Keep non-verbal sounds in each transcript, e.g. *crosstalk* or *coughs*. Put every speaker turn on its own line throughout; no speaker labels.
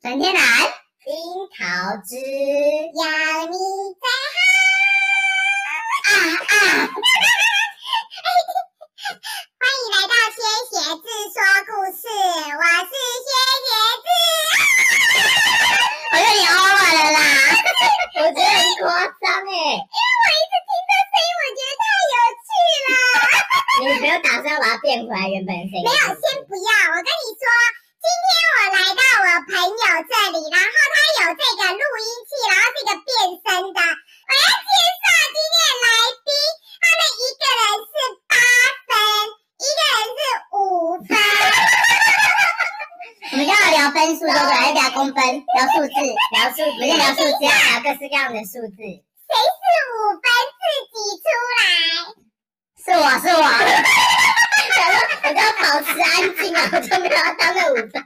转天蓝，樱桃汁，
要你
啊啊！
欢迎来到天蝎子说故事，我是天蝎
我有点
*laughs*
over 了啦， *laughs* 我觉得很夸张哎，
*laughs*
你们没有打算把它变回来原本的声音？没
子，因为我一直听这声音，我觉得太有趣了。没有，先不要。我跟你说，今天我来到我朋友这里，然后他有这个录音器，然后是一个变声的。我要介绍今天的来宾，他们一个人是八分，一个人是五分。
我们刚好聊分数，对不对？聊公分，聊数字，聊数，不是聊数字，要聊各式各样的数字。
谁是五分自己出来？
是我是 *laughs* 我，我就要保持安静啊，我就没有要当那五分。哦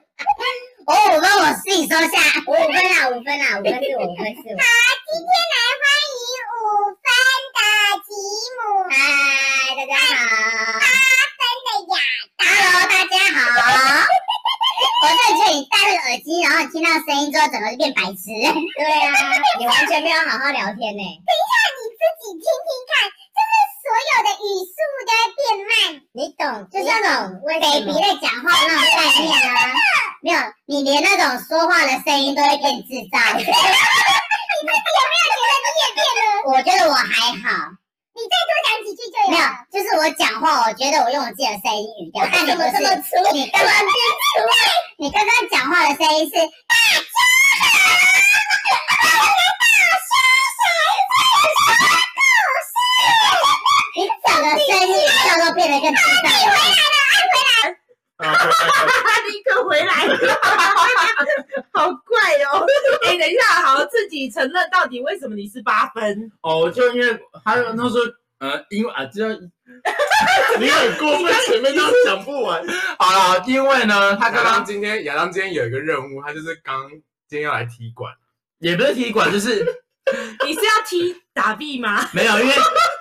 我五分，我自己收下。我五分啊，五分啊，五分是我，五分是我。
今天来欢迎五分的吉姆，
嗨，大家好。
分的雅
Hello，大家好。 *laughs* 我正确，你戴着耳机，然后你听到声音之后，整个就变白痴。 *laughs* 对啊，你完全没有好好聊天呢、
自己听听看，就是所有的语速都会变慢，
你懂，就是那种 baby 在讲话那种概念啊。没有，你连那种说话的声音都会变智障。 *laughs* 我觉得我还好，
你再多讲几句就有
没有
了。，
就是我讲话，我觉得我用我自己的声音语调，但你不是，你刚刚你刚刚讲话的声音是你整个声音语调都变得更智障。
啊，对
*laughs* 立刻回来，好怪哦！ *laughs* 哎、等一下，好，自己承认到底为什么你是八 *laughs* 分？
哦，就因为还有那时候，呃，因为啊，这样你很过分，前面都讲不完。好了，因为呢，他
他
刚
刚刚
刚
今天亚当今天有一个任务，他就是刚今天要来踢馆，
也不是踢馆，就是
你是要踢打币吗？
没有，因为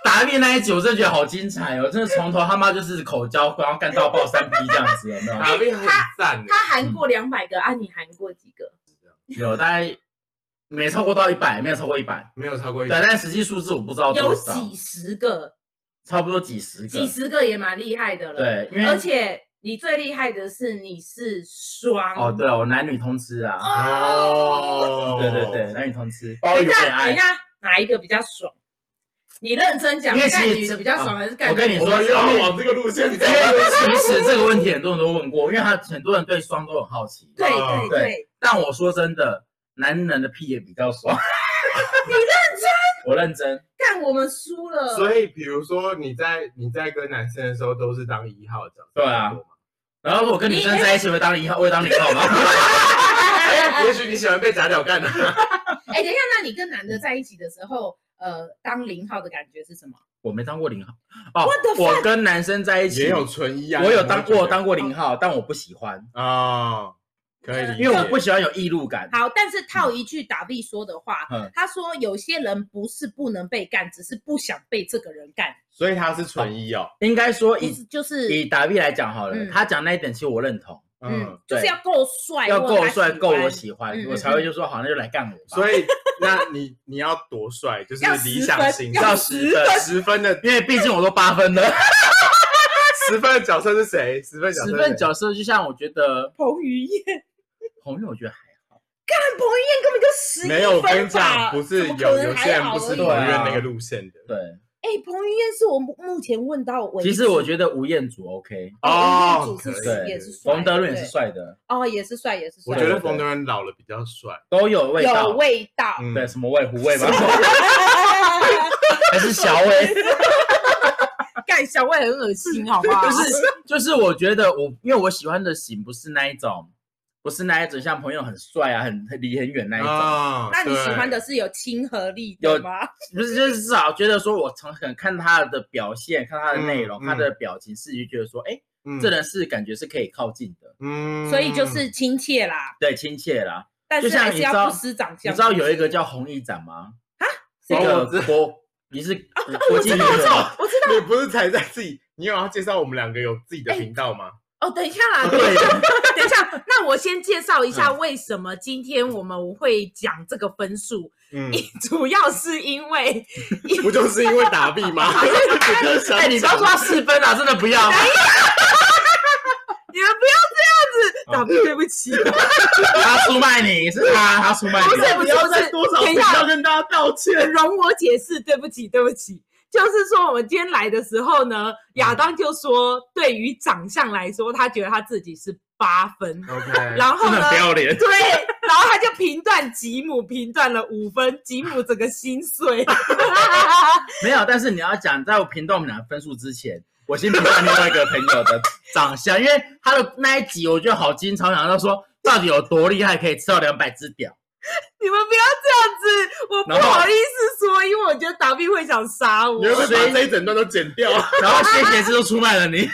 达面那一集我真的觉得好精彩哦，真的从头他妈就是口交，然后干到爆三 P 这样子，有没有？
打面很赞的欸
他，含过两百个啊，你含过几个？
有大概没超过到一百，没有超过一百，
没有超过一
对，但实际数字我不知道
有
哦多少，
几十个，
差不多几十
几
个，
十个也蛮厉害的了。
对，因为
而且你最厉害的是你是双
哦，对我男女通吃啊，
哦
哦，
对对对，男女通吃，包
等
邮
一
恋
下，等
爱
一。下，哪一个比较爽？你认真讲，
因为其
干
实
女的比较爽还是干
我跟
男的？
你说，
我们
因
要
为
往这个路线走
因。为其实这个问题很多人都问过，因为他很多人对双都很好奇。
对
哦
对对，
但我说真的，男人的屁也比较爽。你认真？我认真。
但我们输了，
所以比如说你在你在跟男生的时候都是当一号角色，
对啊然后我跟女生在一起会当一号，会当零号吗？
哎，也许你喜欢被假屌干啊的，
*laughs*
哎、等一下，那你跟男的在一起的时候，呃，当零号的感觉是什么？
*laughs* 我没当过零号。哦
What the，fuck？
我跟男生在一起
也有纯一啊，
我有当过，我当过
过
零号，但我不喜欢，
啊，可以理解，
因为我不喜欢有异路感。
好，但是套一句打 B 说的话，
嗯
他说有些人不是不能被干，只是不想被这个人干，
所以他是纯一哦，
应该说
意思
以
就是
以打 B 来讲好了，
嗯
他讲那一点其实我认同，
嗯
嗯，，
就是
对
要够帅，
要
或
够
者他
帅，
喜
够哎我
欢
喜欢
嗯，
我才会就说好，那就来干我吧。
所以那你你要多帅，就是
要
理
十
想
分
型
要
十
十分
十分的
因为毕竟我都八分了，
十分的角色是谁？十分
十
角色是谁
分角色就像我觉得
彭于晏，
红玉，我觉得还好。
干彭于晏根本就十
没有，我跟你
吧
讲，不是
怎
有
么可能
有
还
些人
好
不是
而已
不
对啊
愿那个路线的
对，
哎、彭于晏是我目目前问到为
其实我
得
觉得吴彦祖 OK，
哦，
哦
吴彦祖是
可
帅
以
也
对
是，帅，
冯德伦也是
对，
帅的，
哦，也是帅，也是帅，
我
对
觉得
对
冯德伦老了比较帅，
都有味道。
有味道。 *laughs*
嗯，
对，什么味？胡味吗？还是小味？
盖小魏很恶心，好不好？
就是就是，我觉得我因为我喜欢的型不是那一种，不是那一种像朋友很帅啊，很很离很远那一种，
啊
那你喜欢的是有亲和力
有嗯
的吗？
不是就是至少觉得说我从很看他的表现，看他的内容，
嗯嗯嗯
他的表情，是就觉得说，哎，
对
这人是感觉是可以靠近的，
嗯
所以
*laughs*
就是亲切啦，
对，亲切啦。
但
就是像
还
你
是
知
要
道
不失长
你
相。
知道有一个叫红翼展吗？
啊，哦
是一
哦
个
我知
国，你是国际名
我知
人
道
吗，
我知道
你不是才在自己，你有要介绍我们两个有自己的频道吗？
哦，哦，等一下啦，等一下，等一下，那我先介绍一下
嗯
为什么今天我们会讲这个分数， *laughs*
嗯，
主要是因
*laughs*
为
不就是因为打币吗？ *laughs*
哎，你不要说他四分啊，真的不要。
*laughs* 哎你们
哦
*laughs* 不要这样子，打不对不起，
*laughs* 他出卖你，是他，他出卖你。
不是不是不是，等一下，
跟大家道歉。
容我解释，对不起，对不起。就是说，我们今天来的时候呢，亚当就说，对于长相来说，他觉得他自己是八分，
OK，
然后
真的
呢
不，要脸。
对，然后他就评断吉姆，评断了五分，吉姆整个心
*laughs*
碎。 *laughs*
没有，但是你要讲，在我评断我们俩分数之前，我先评断另外一个朋友的长相，因为他的那一集我觉得好精彩，我想到说到底有多厉害，可以吃到两百只
*laughs*
屌。
你们不要这样子，我不
然后
好意思说，因为我觉得达比会想杀 *laughs* 我，
你会不会把这一整段都剪掉？
然后谢贤志就出卖
*laughs*
了你，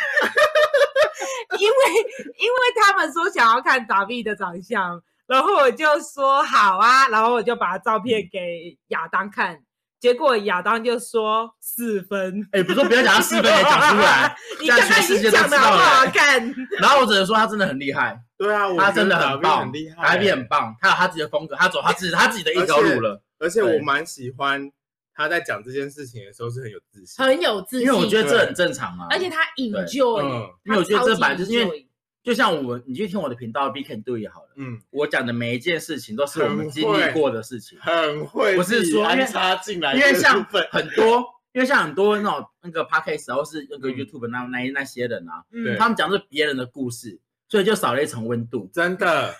因为因为他们说想要看达比的长相，然后我就说好啊，然后我就把照
嗯
片给亚当看。结果亚当就说四分，
哎、不是说不要讲他四分，也讲出来。，
*laughs* 你刚刚已经讲的好不好
*laughs*
看？
然后我只能说他真的很厉害，
对啊，我
他真的
觉得打
很棒，
币很厉害，欸
打比很棒，他有他自己的风格，他走他自己他自己的一条
而且
路了。
而且我
对
蛮喜欢他在讲这件事情的时候是很有自信。
很有自
因为我觉得这
对
很正常啊，
而且他 enjoy，
嗯
因为我觉得这
他超级
本来就是因
enjoy
为，就像我们，你去听我的频道 B Can Do 也好了，
嗯，
我讲的每一件事情都是我们经历过的事情，
很会
不是
自己
说因为
安插进来
因
这
为
个
像
部分，
很多，因为像很多那种那个 podcast 或是那个
嗯
YouTube 那那那些人啊，
嗯 *laughs*
对
他们讲的是别人的故事，所以就少了一层温度。
真的，
啊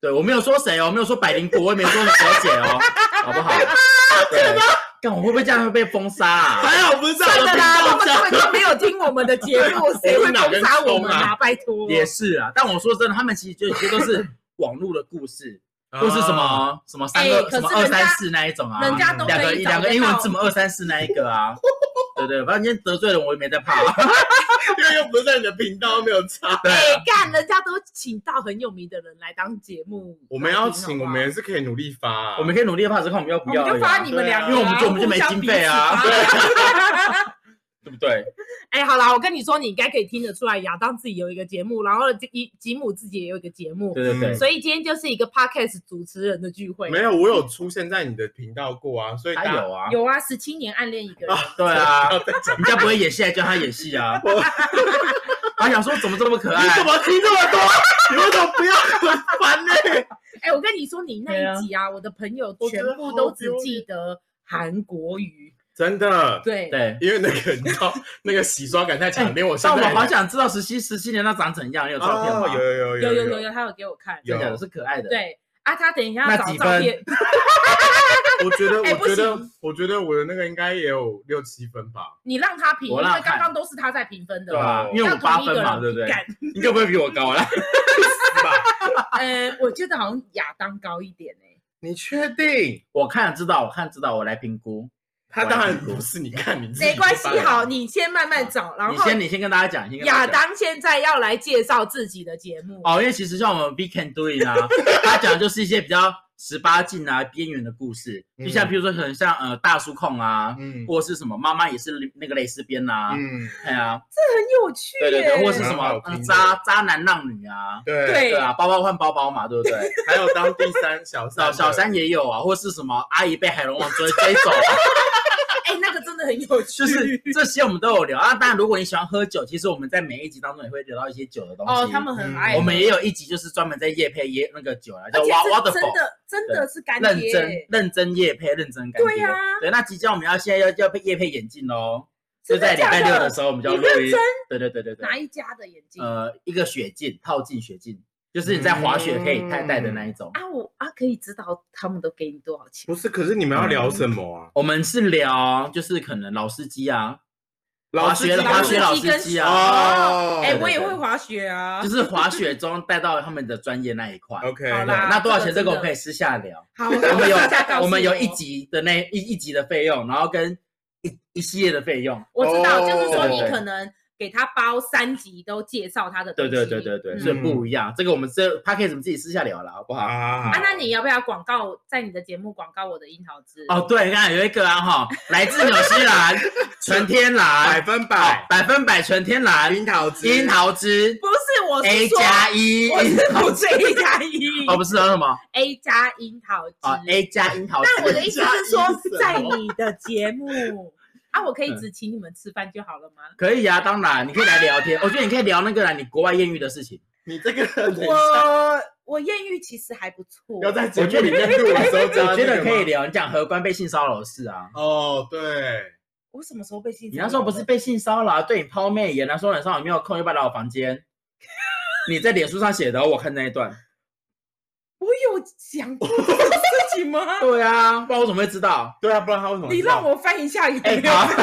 对我没有说谁哦，没有说百灵果，我也没有说何姐哦，好不好？对，但我会不会这样会被封杀
*laughs*
啊？
还好不是在
算
我
了 *laughs*
的频
啦，他
道
们根
讲
本就没有听我们的节目，谁会封杀我们
我是哪根葱
啊？
啊
拜托，
也是啊，但我说真的，他们其实就有些
*laughs*
都是网络的故事，都是什？
啊
么什么三个
哎
什
可
么
是
二
人家
三四那一种啊，
*laughs* 人家都
两
可
个
以
两
找得
个英文
到
字母二三四那一
*laughs*
个啊，对对，反正今天得罪了我也没在怕啊，
因为又不是在你的频道，没有插。
对
哎
啊，，
干，人家都请到很有名的人来当节
*laughs*
目，
我们要
来宾
请，
好不
我
好
们也是可以努力发啊。
我们可以努力的怕，只看我们要
我
不
们
要而
就
已啊，
发你们两个啊，
因为我们就我们就没经费啊
互相彼此发
对不对？
哎，好啦，我跟你说，你应该可以听得出来，亚当自己有一个节目，然后吉吉姆自己也有一个节目，
对对对，
嗯
所以今天就是一个 podcast 主持人的聚会。
啊没有，我有出现在你的频道过啊，所以大
还
家
有啊，
有啊，十七年暗恋一个人，
对啊，人家不会演戏还叫他演戏啊， *laughs* 还想说怎么这么可爱
你，怎么听这么多？ *laughs* 你为什么不要？很烦呢、
哎、我跟你说，你那一集啊，我的朋友全部都只记得韩国语，
真的，
对，
对。哎
因为那个你知道那个洗刷感太强，连我现
但我
在
们好想知道十七十七年他长怎样，你有照片
哦
吗？
有有有
有有
有
有有，他有给我看，
有
真的假的是可爱的。，
对啊，他等一下
那
找
几
照片，
我觉得，
*laughs* 哎
我
不
觉
行
得，我觉得我的那个应该也有六七分吧。
你让他评，因
我让
为
他看
刚刚都是他在评分的
对
嘛，
吧、因为我
让
八
同一个
分嘛，
人
对不
*laughs*
对？
干
你该不会比我高啦？
呃，我觉得好像亚当高一点哎、
*laughs* 你确定？
我看知道，我看知道，我来评估。
他当然不是，你看你自己啊
没关系，
翻
好，你先慢慢找，然
啊你
后
先，你先跟大家讲，先跟大
亚
家讲。
当现在要来介绍自己的节目，
哦，因为其实像我们 We Can Do It 啊，他讲的就是一些比较十八禁啊、边缘的故事，
嗯
就像比如说可能像呃大叔控啊，
嗯
或是什么妈妈也是那个蕾丝边啊，
嗯，
对啊，
很有趣、欸耶
对对对，或是什
蛮好
么、呃
听的
渣渣男浪女啊，
对
对
对啊，包包换包包嘛，对不对？
还有当第三小三
小
的，
小三也有啊，或是什么阿姨被海龙王追追走啊，
哎、那个真的很有趣，
就是这些我们都有聊啊。当然，如果你喜欢喝酒，其实我们在每一集当中也会聊到一些酒的东西。
哦，他们很
嗯
爱
我
喝
们也有一集就是专门在夜配夜那个酒啊，
而
叫
且
哇哇的
是真的真的是干
认
爹欸
真
耶，
认真夜配，认真干爹。
对啊
对，那即将我们要现在要要配夜配眼镜喽，就
真的
在礼拜
假
六
的
的时候我们就要
你
录
认
音。对对对对
哪
对，
一家的眼镜、
呃，一个雪镜套镜雪镜，就是你在滑雪可以戴戴的那一种。
啊？我啊可以知道他们都给你多少钱？
不是？可是你们要聊什么啊？
我们是聊就是可能老司机啊，
老
滑
师
雪的
今天
滑
师
雪老
老
司
司机
机
跟
啊，
哦，
哎、
对
我也
对
会滑雪啊。
就是滑雪中带到他们的专业那一块。
OK，
好
对
啦
那多少
这
钱？
个
这个
真
我
的
可以私下聊。
*laughs* 好，
我们有
大家告诉哦
我
我
们有一，集的那一一集的费用，然后跟一一系列的费用。
我知道，
哦
就是说
对
你
对
可能给他包三集都介绍他的东
对
西。
对对对对，
嗯
所以不一样。这个我们这 p a c k a g 我们自己私下聊了，好不好？
啊，那你要不要广告在你的节目广告我的樱桃汁？
哦，对，刚才有一个啊哈，来自纽西 *laughs* 兰纯天
百
然，
分百
百分百纯天然
樱桃汁，
樱桃汁
不是，我是
A
说，
加一
我是
樱桃
不
汁
是 A 加一
*laughs* 哦，不是啊
*laughs*
什么
A 加樱桃
啊
汁。
A 加樱桃汁。
那我的意思是说
A 加一，
在你的节目 *laughs* 啊，我可以只请你们吃饭就好了吗？
可以啊，当然你可以来聊天，我觉得你可以聊那个啦，你国外艳遇的事情。
你这个人等一下
我我艳遇其实还不错，
要在节目里面录的时候
我
讲，
觉得可以聊，你讲荷官被性骚扰的事啊。
哦，对，
我什么时候被性？
你那时候不是？被性骚扰，对你抛媚眼啊，说晚上有没有空，要不要来我房间？你在脸书上写的，我看那一段。
我有讲过这个事情吗？
对啊， *laughs* 不然我怎么会知道？
对啊，不然他为什么知道？
你让我 *laughs* 翻一下有没
哎、
有？
好，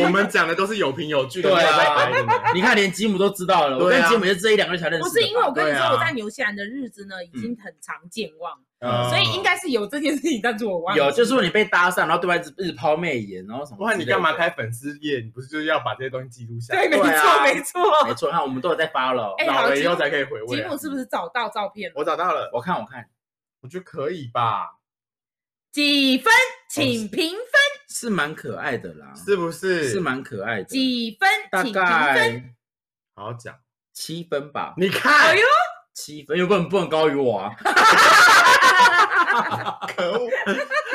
我们讲的都是有凭有据的，
对啊
没有在掰的
你看连吉姆都知道了，我
对
跟
啊
吉姆也是这一两个月才认识
不
的
是
吧。
因为我跟你
对
说
啊
我在纽西兰的日子呢，已经很常健忘，
嗯
*laughs*
嗯
所以应该是有这件事情，但是我忘了。
有，就是说你被搭讪，然后对外一直抛媚眼，然后什么？
哇，你干嘛？开粉丝页？你不是就是要把这些东西记录下来？啊
对，没
对啊
错，没错。
没错，看我们都有在发了。 *laughs*
哎
老
好
了
吉
以后才可以回味
吉
啊。
姆是不是找到照片了？
我找到了，
我看，我看
我觉得可以吧？
几分？请评分。
是蛮可爱的啦，
是不是？
是？蛮可爱的，
几分？
大
请评分。
概
好好讲。
七分吧，
你
哎
看
呦，，
七分，又不能不能高于我啊， *laughs*
可恶，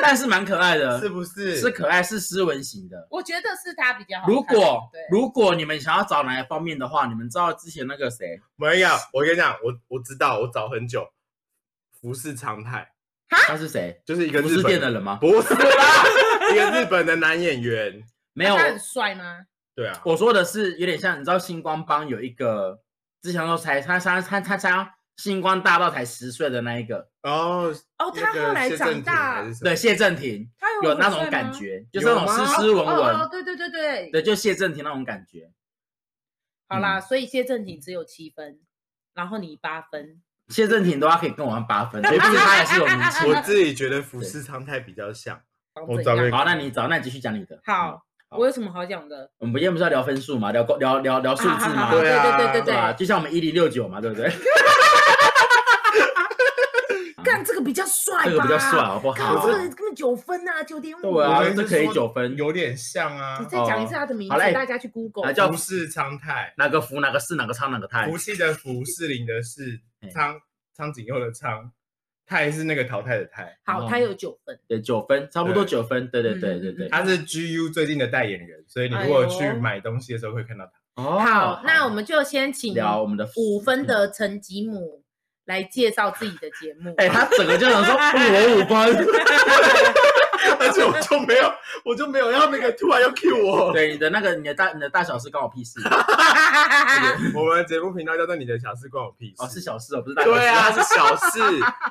但是蛮可爱的，
是不是？
是可爱，是斯文型的。
我觉得是他比较好看。
*laughs* 如
*laughs*
果
对
如果你们想要找哪一方面的话，你们知道之前那个谁，
没有，我跟你讲，我我知道，我找很久。服饰常态
他是谁？
就是一个
服
日
饰
本
店的人吗？
不是啦，一个日本的男演员。
没有，
他很帅吗？
对
*laughs*
啊，
我说的是有点像，你知道星光帮有一个之前都才他他他他他星光大道才十岁的那一个，
哦，
哦，
那
他
个
后来
谢
长
震廷
大
还，是什么
对，谢震廷
他有
有
很
那
帅
种感
吗。
觉，就是那种
有吗
斯斯文
哦哦，
文，
对对对对，
对，嗯就谢震廷那种感觉。
好啦，所以谢正廷只有七分，然后你八分。
谢震廷的话可以跟我们八
*laughs*
分，所以毕竟他也是有名
*laughs*
气。
我自己觉得服饰常态比较像。
长
我
怎
找个
样
好，那你找，那你继续讲你的。嗯，
好，
好
我有什么好讲的？
我们今天不是要聊分数嘛，聊聊聊聊数字
啊好
嘛，
好
对
*laughs*
啊
对对对
对吧？
对
就像我们一零六九嘛，对不对？
对，干这个比较帅吧，
这个比较帅，好不
干
好？
这个根本九分啊，九点五
对。啊
我跟你
这可以
说
九分
有点像啊
你。再讲一次他的名字
好，嘞
大家去 Google
来。叫
服饰常态，
哪个福哪个是哪个昌哪个泰
福？气的福，士林的士
哎，
苍苍井优的苍，泰是那个淘汰的泰，
好，他有九分。
对，九分，差不多
对
九分。对对对
嗯
对对。
他是 GU 最近的代言人，所以你如果
哎
去
呦
买东西的时候会看到他。 *laughs*
哦
好，那我们就先请
聊我们的嗯
五分。的陈吉姆来介绍自己的节目。
哎，他整个就想说我五分，
而且我就没有，我就没有要那个突然要 Q 我。
对你的那个你的大你的大小事关我屁事
我们节目频道叫做“你的小事关我屁事”，
哦，是小事哦，不是大小事。
对啊，是小
*laughs*
事。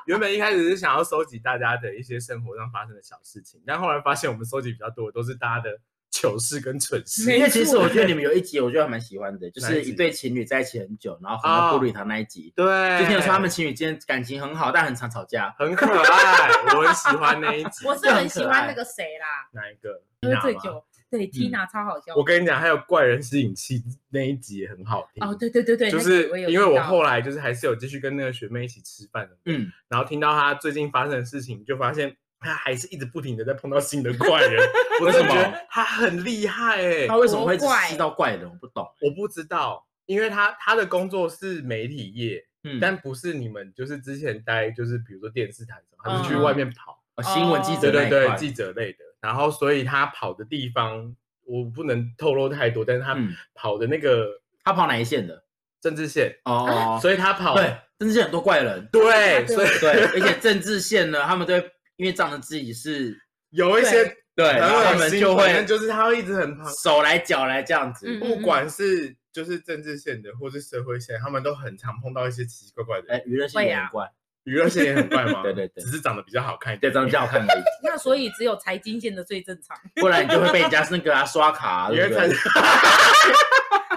原本一开始是想要收集大家的一些生活上发生的小事情，但后来发现我们收集比较多的都是大家的糗事跟蠢事。
因为其实我觉得你们有一集，我觉得还蛮喜欢的，就
哪
是
一集
一对情侣在一起很久，然后回到步履堂那一集，
对，
就听说他们情侣间感情很好，但很常吵架。
很可爱，我很喜欢那一
*laughs*
集。
我是很喜欢那个谁啦，
哪一个？
喝醉
Tina 吗。
酒，对 Tina 超好笑。
我跟你讲，还有怪人吸引器那一集也很好听。
哦，对对对对，
就
那
是
个有
因为
听
我
到
后来就是还是有继续跟那个学妹一起吃饭的，
嗯，
然后听到她最近发生的事情，就发现她还是一直不停的在碰到新的怪
*laughs*
人。我真的觉得她很厉害哎、
他为什么会
多怪
吸到怪人？我不懂。
我不知道，因为她她的工作是媒体业，
嗯，
但不是你们就是之前待就是比如说电视台什么，她是去
嗯
外面跑，
哦新闻记者
对
那
对
一
对，
块
记者类的。然后所以她跑的地方我不能透露太多，但是她
嗯
跑的那个
他跑哪一线的？
政治线，
哦，
所以她跑
对，政治线很多怪人。
对，所以
对，而且政治线呢，他们都会因为仗着自己
*laughs*
是，
有一些呃
对，然后他
很恶
们
心，
就
反正
会
就是他会一直很旁，
手来脚来这样子。
嗯
不管是就是政治线的或是社会线，他们都很常碰到一些奇奇怪怪的
哎
人，，
娱乐
啊
性也很怪，
娱乐线也很怪
*laughs*
嘛，
对对对
只是长得比较好看一
对，
点，
长得比较好看而已，
那所以只有财经线的最正常。
*laughs*
不然你就会被人家那个啊刷卡啊，
因
对 *laughs*
为
不
才
对？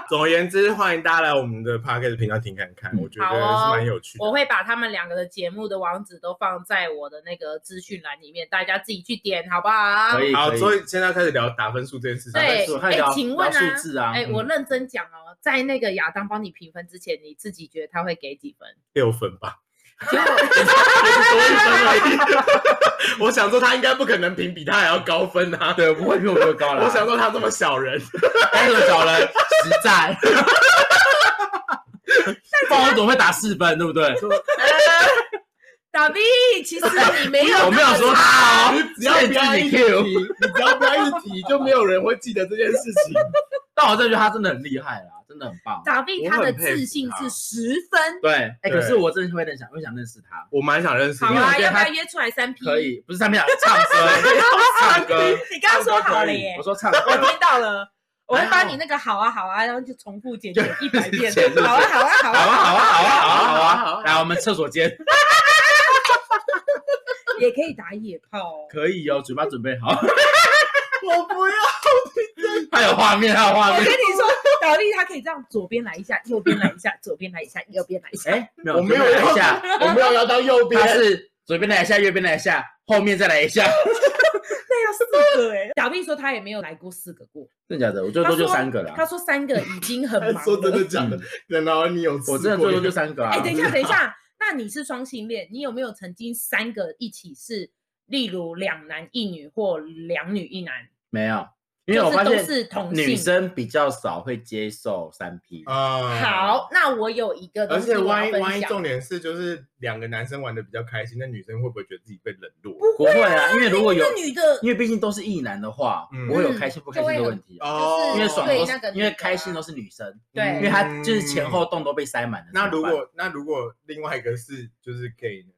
总而言之，欢迎大家来我们的 p o c k e t 频道听看看，我觉得
好
是
哦
蛮有趣的。
我会把他们两个的节目的网址都放在我的那个资讯栏里面，大家自己去点好不好
可？以，
好，
可以
所以现在开始聊打分数这件事情。
对
分数还
哎
聊
请问啊
聊数字啊，
哎、
嗯 *laughs*
我认真讲哦，在那个亚当帮你评分之前，你自己觉得他会给几分？
六分吧。多一
*laughs*
分而已。我想说他应该不可能评比他还要高分啊。
对，不会比我们高了。
*laughs* 我想说他这么
*laughs*
小人，
该有小人实在，暴龙总会打四分，对不
*laughs*
对？
大 B，其实你没有，
我没有说他哦，
只要不要
是
一
你
提，
自己 cue
你只要不要一提，就没有人会记得这件事情。
但我真的觉得他真的很厉害啦，真的很棒。
大 B
我
他的
很佩服
自信
他
是十分。
对，哎、
对
可是我真的会很想，会想认识他。
我蛮想认识
好
你
因为我
啊，
觉得
要不
他
要约出来三 P？ *laughs*
可。以，不是他们俩唱歌，唱歌。
你刚刚说好啊了耶
我，说唱
我
歌，
听到了。我会把
还
你
好
那个好啊好啊，然后就重复剪剪一百遍
剪是不。是
好啊好啊好
好
啊，
啊，好啊，好啊，好啊，好啊！
好啊
来，我们厕所间
也可以打野炮哦。
可以哦，嘴巴准备好，
我不要，
还有画面，还有画
我跟
面。
你说，倒立他可以这样，左边来一下，右边来一下，左边来一下，右边来一下。
哎，没有，
我没有
左边来一下，
我没有要到右边
他，是左边来一下，右边来一下，后面再来一下。
对呀，四个哎。倒立说他也没有来过四个过，
真的假的？我最
他
多就
说
三个了
他。说三个已经 *laughs* 很忙
*laughs* 说真
了。
的假的？ *laughs* 然后你有
嗯我真的最多就三个啊
哎，。等一
*laughs*
下，等一下，那你是双性恋，你有没有曾经三个一起是，例如两男一女或两女一男？
没有，因为我
就是
发
都
现
是同性
女生比较少会接受三 P。
啊
好，，那我有一个东
而
西
且
我
万
要
一
分
万一
享。
重点是就是两个男生玩的比较开心，那女生会不会觉得自己被冷落？
不会啊，因为如果有
那，女的
因为毕竟都是异男的话，
嗯
不会有开心不开心的问题啊。
哦
因为爽都
对那个
是，
女
因
的啊
为开心都是女生，
对
因为她就是前后洞都被塞满了。
那如
怎么办
果那如果另外一个是就是 gay 呢？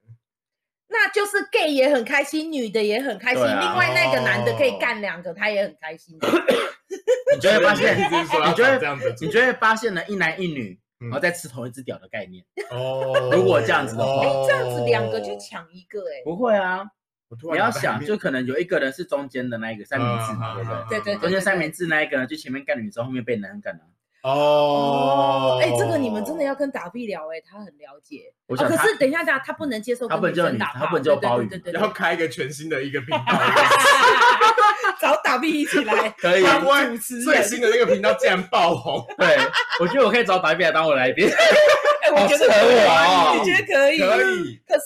那就是 gay 也很开心，女的也很开心，
对啊哦
另外那个男的可以
哦
干两个，他也很开心。
你就会发现，
*laughs* 一直说要
你就会
这样子，
你就会发现了一男一女，
嗯
然后再吃同一只屌的概念。
哦
如果这样子的话
哎这样子两个去，抢一个、哎、
不会啊，
我突
你要
然脑袋里
想，
面嗯
就可能有一个人是中间的那一个三明治
啊
嘛，对不对？
对对对
中间三明治那一个呢，就前面干女生，后面被男干啊。
哦，
哎、这个你们真的要跟打 B 聊、哎，他很了解。
我
哦、
想
可
他
是等一下，等一下，他不能接受
他
跟
不能接受
生
女
打
他
炮
不能接受
对对
包
对
鱼
对对对
要开一个全新的一个频
*laughs*
道，
找打 B 一起来。
可以，
会不会最新的那个频道竟然
*laughs*
爆红？
对，我觉得我可以找白碧来当我来宾，
哎、
好
我觉
适
得
合
可以
我
我
哦。
觉得可以。
可以，
*laughs* 可是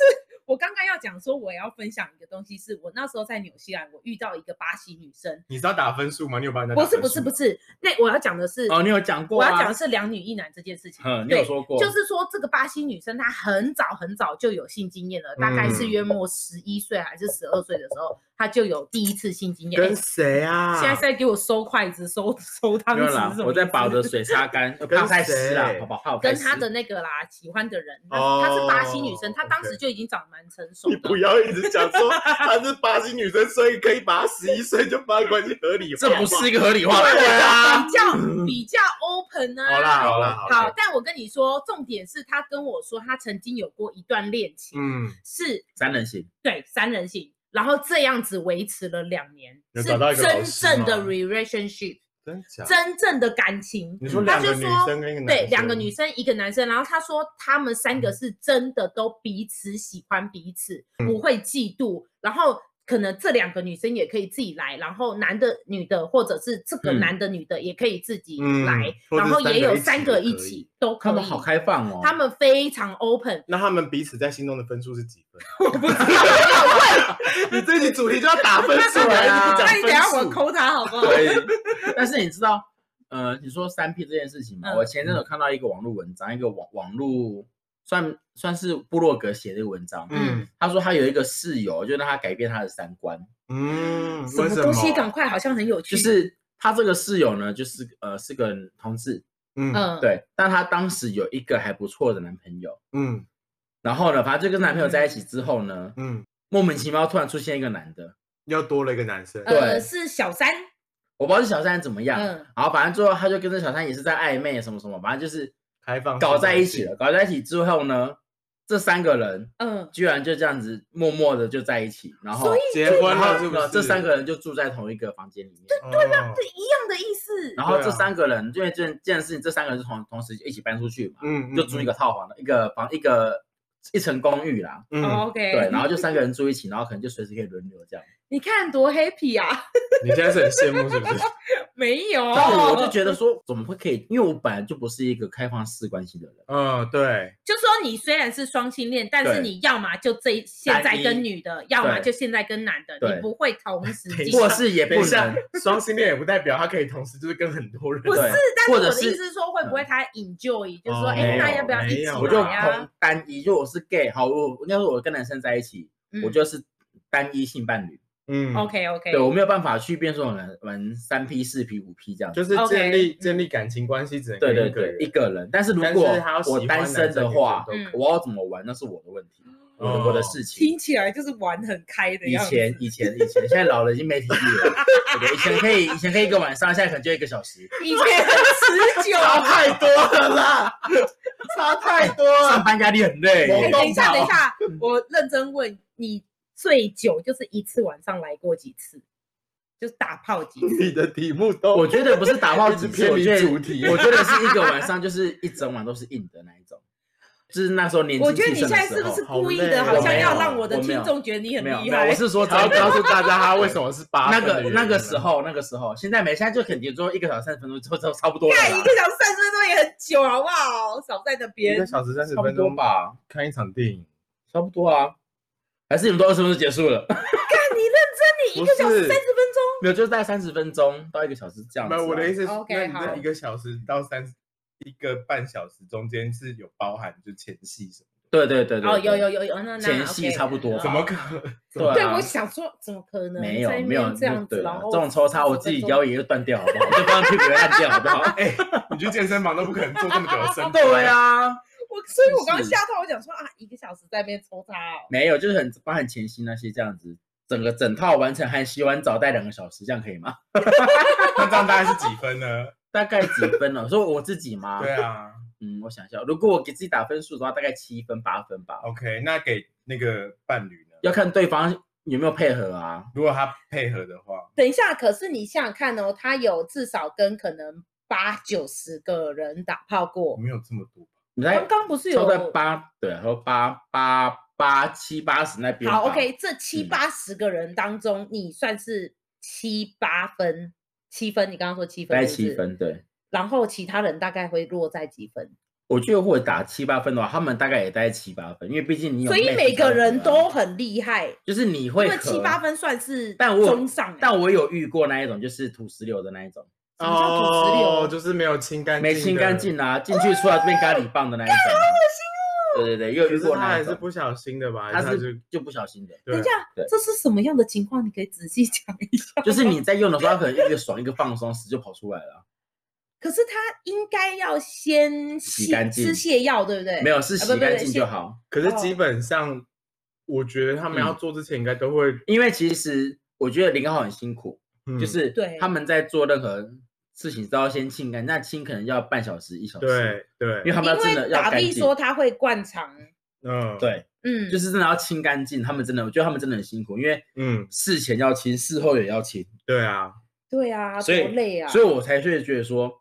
我刚刚要讲说，我要分享一个东西是，我那时候在纽西兰，我遇到一个巴西女生，
你是要打分数吗？你有帮人家
不
打分数
是
吗？
不是不是，那我要讲的是，
哦，你有讲过
我要
啊
讲的？是两女一男这件事情。
嗯，你
对
有说过，
就是说，这个巴西女生她很早很早就有性经验了，大概是
嗯
约莫十一岁还是十二岁的时候，她就有第一次性经验。
跟
哎
谁啊？
现在是在给我收筷子、收收汤
没有啦
匙，什么
我在把我
意思
的水擦干，
跟
不要太湿啦
谁，
啊好不好怕我太
跟
湿？
她的那个啦喜欢的人，她
哦
她是巴西女生，她当时
OK
就已经长得蛮成熟
你 *laughs* 不
的。
要一直讲说她是巴西女生，所以可以把她十一岁就把她关系合理化。
这不是一个合理化，
对
对啊，
比较比较 open 啊。
好啦好啦好啦
好，但我跟你说，重点是她跟我说，她曾经有过一段恋情，
嗯，
是
三人行，
对，三人行，然后这样子维持了两年，
有
是
找到一个老
真
师
正的
吗啊
relationship，
真假？
真正的感情。
你说
他
两
就
个女
说
生跟一个男
对，
生
两个女生一个男生，然后他说他们三个是真的都彼此喜欢彼此，不会嫉妒，然后可能这两个女生也可以自己来，然后男的女的或者是这个
嗯
男的女的也可以自己
嗯
来，
或
然
者
后
三
也
个
有
一起
三
也
个
可
一
以
起都可以，
他们好开放哦，
他们非常 open，
那他们彼此在心中的分数是 *laughs* 几分？
我不知道没有问
*laughs* 你这集主题就要打分数
对
来，
啊
*laughs*
你不讲
那你哎等一下我
分数。
抠他好不
*laughs*
好？
可以。但是你知道，呃，你说三 P 这件事情嘛，
嗯
我前阵子有看到一个网络文章，一个网网络算算是部落格写的一个文章，
嗯
他说他有一个室友，就让他改变他的三观，
嗯，
什
为
么
什
东西？
么
赶快，好像很有趣。
就是他这个室友呢，就是呃是个同志，
嗯
嗯，，
对，但她当时有一个还不错的男朋友，
嗯
然后呢，反正就跟男朋友在一起之后呢，
嗯，
莫名其妙突然出现一个男的，
又多了一个男生。
呃，
对
是小三，
我不知道是小三怎么样，
嗯，
然后反正最后她就跟这小三也是在暧昧什么什么，反正就是
开放式
搞在一
关
起
系
了。搞在一起之后呢，这三个人
嗯，
居然就这样子默默的就在一起，然后
所以
结婚了是不哦是？
这三个人就住在同一个房间里面。
对呀，
对一样的意思。
然后
对
这
啊
三个人，因为这件事情，这三个人是同同时一起搬出去嘛，
嗯，
就租一个套房的一个房一个一层公寓啦，
嗯。
哦
嗯，
OK，
对，然后就三个人住一起，然后可能就随时可以轮流这样。
你看多 happy 啊！ *laughs*
你现在是很羡慕是不 *laughs* 是？
没有，
但我就觉得说，怎么会可以？因为我本来就不是一个开放式关系的人，
嗯，对，
就说你虽然是双性恋，但是
对
你要么就这一现在
单一
跟女的，要么
对
就现在跟男的，
对
你不会同时
等
进
一下
行。
或是也不
等一下
能，
啊双性恋也不代表他可以同时就是跟很多人。
不是，
对
但是
或
我
者
的
是嗯
意思是说，会不会他 enjoy，就是说，
哦
哎，那
没有
要不要一起
没有
我就
来啊
同？单一，就我是 gay，好，我应该说我跟男生在一起，
嗯
我就是单一性伴侣，
嗯
OK OK，
对我没有办法去变成我们我们三 P 四 P 五 P 这样子。
就是建
OK
立建立感情关系只能
对
跟
对
一个
对
人，。
一个人。但是如
但是
果
他要喜
我
欢
单
男
身
生
的
女
话
生都可以，哦
嗯
我要怎么玩那是我的问题，我的我的事情。
听起来就是玩很开的
以
样子。
前以前以前，现在老了已经没体力了。
*laughs*
对以前可以以前可以一个晚上，现在可能就一个小
*laughs*
时。
以前很持久。啊
差 *laughs* 太多了啦，
差太多了
上。班压力很累
我
哎，
耶。
等一下，等一下，
嗯
我认真问你，最久就是一次晚上来过几次？就是打炮几次？
你的题目
*laughs*
都
我觉得不是打炮几次，我
一
觉
直偏离
得
主题啊
我觉得是一个晚上，就是一整晚都是硬的那一种，就是那时候年轻
我觉得
气
你
盛
现在
的时
是不
候
是
好
故意
累
的，
哦
好像要
我没有
让我的
我没有
听众觉得你很
没有没
厉
有，我
害？
是说真
然后
的
告诉大家他为什么是八
那
分的
个
原因啊
那个时候那个时候，现在没现在就肯定说一个小时三十分钟就就差不多了啦，
看一个小时三十分钟也很久，好不好？少在那
一
边
个。小时三十
差不
分
多
钟
吧，
看一场电影，
差不多啊。还是你们都二十分钟结束了？
看你认真，你一
不
个小时
是
三十分钟，
没有，就是大概三十分钟到一个小时这样子、
没
啊。
有我的意思是，
OK，
那你
好
这一个小时到三十一个半小时中间是有包含就前戏什么
对对对对
哦，有
对
有有有，那那
前戏
OK
差不多
的？
吧
怎么可
对啊
对，我想说，怎么可能？
没有
在那
没有
边这样
对
子，
啊
然后
这种抽插我自己腰
也
也就断掉，好不好？对
*laughs*
方屁股也烂掉，好不好？
*laughs* 哎、你去健身房都不可能做这么久的深蹲。
对啊，
我，所以我刚刚
是
吓到，我想说啊，一个小时在那边抽插哦。
没有，就是很包含前戏那些这样子，整个整套完成，还洗完澡带两个小时，这样可以吗？ *laughs*
那这样大概是几分呢？
大概几分了？ *laughs* 说我自己吗？
对，啊
嗯，我想一下，如果我给自己打分数的话，大概七分八分吧，
，OK，那给那个伴侣呢？
要看对方有没有配合啊。
如果他配合的话，
等一下，可是你想想看哦，他有至少跟可能八九十个人打炮
我
过。
没有这么多。
你在
刚刚不是
超
有
在八，对啊，说八八八七八十那边吧。
好 OK，这七
嗯
八十个人当中，你算是七八分，七分。你刚刚说七
大
分，
概
是不
七
是。
分，对。
然后其他人大概会落在几分？
我觉得如果打七八分的话，他们大概也大概七八分，因为毕竟你有
所以
match
每
到
个
的
人
啊
都很厉害，
就是你会
因为七
合
八，分算是
但我
中上欸。
但我有遇过那一种就是土石流的那一种，
什么叫土石流
哦就是没有清干净，
没清干净。啊，进去出来变咖喱棒的那一种啊，
哦
对对对，又
可
遇
是
过
他
那
还
一
是
种，
不小心的吧？
他
还
是
是
就不小心的，
对
等一下
对，
这是什么样的情况？你可以仔细 *laughs* 讲一下。
就是你在用的时候，他可能一个爽一个放松，屎就跑出来了啊，
可是他应该要先
洗
泻
干净
吃泻药，对不对？
没有是
啊
洗干净就。
不不不
好，
可是基本上，我觉得他们
嗯
要做之前应该都会，
因为其实我觉得零号很辛苦，
嗯
就是
对
他们在做任何事情都要先清干，那清可能要半小时一小时，，
对
因为
对，
他们要
先
真
因
的
为
要
打
干
屁
净，
说他会灌肠，
嗯，，
对，
嗯，
就是真的要清干净，他们真的，我觉得他们真的很辛苦，因为
嗯，
事前要清，事后也要清，
对啊，
对啊，
所以
多累啊，
所以我才会觉得说，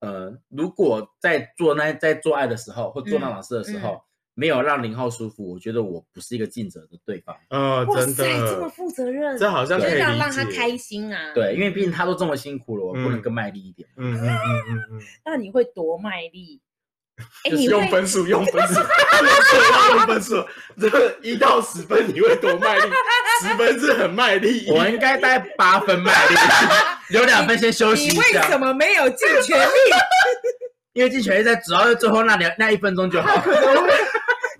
呃，如果在做那在做爱的时候或做那种事的时
嗯
候，没有让零号舒服，我觉得我不是一个尽责的对方。
嗯
呃，
哇
真
塞，这么
的，
负责任，
这好像
就
可以
是
理
让让他
解
开心啊。，
对，因为毕竟他都这么辛苦了，我不能
嗯
更卖力一点。
嗯嗯嗯嗯嗯，
那你会多卖力？哎，
就是
你
用
会
分数，用分数，用分数，这个一到十分你会多卖力，十分是很卖力，
我应该大概八分卖力，留两分先休息
你
一
为什
下，
么没有尽全力？
因为进全力在只要在最后那两那一分钟就好。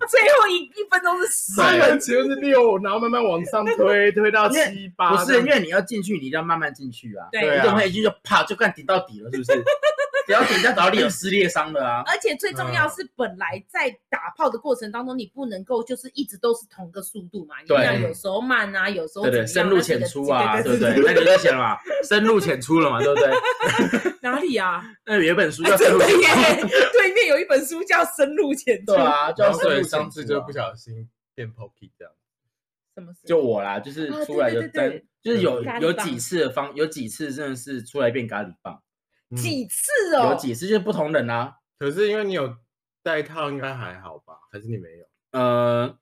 最后一一分钟是死。
*laughs* 三人其实是六，然后慢慢往上推，推到七八，
不是，因为你要进去，你一定要慢慢进去啊。
对
对
你
啊
怎么一进去就啪就干顶到底了，是不是？要给人家找到你有撕裂伤的啊。
而且最重要是，本来在打炮的过程当中，你不能够就是一直都是同个速度嘛，你
对
要有时候慢啊，有时候
对不
怎
对，
么
深
样
入浅出啊，
那这
对不
个 *laughs*
对？那你就写了嘛，深入浅出了嘛，对不对？
哪里
*laughs*
啊？
那有一本书叫
哎
《深
真
入
的
浅
耶，
出》，*laughs*
对面有一本书叫《深入浅出
对》，啊，
然
叫
后
深
所
入
以
浅出啊
上次就不小心变 Pocky 这样，
什么事？
就我啦，就是
哦
出来
对
就
对对
真
对
就是有
咖喱
有
棒
几次的方，有几次真的是出来变咖喱棒，
嗯
几次哦？
有几次就是不同人啊，
可是因为你有带套，应该还好吧？还是你没有？
呃，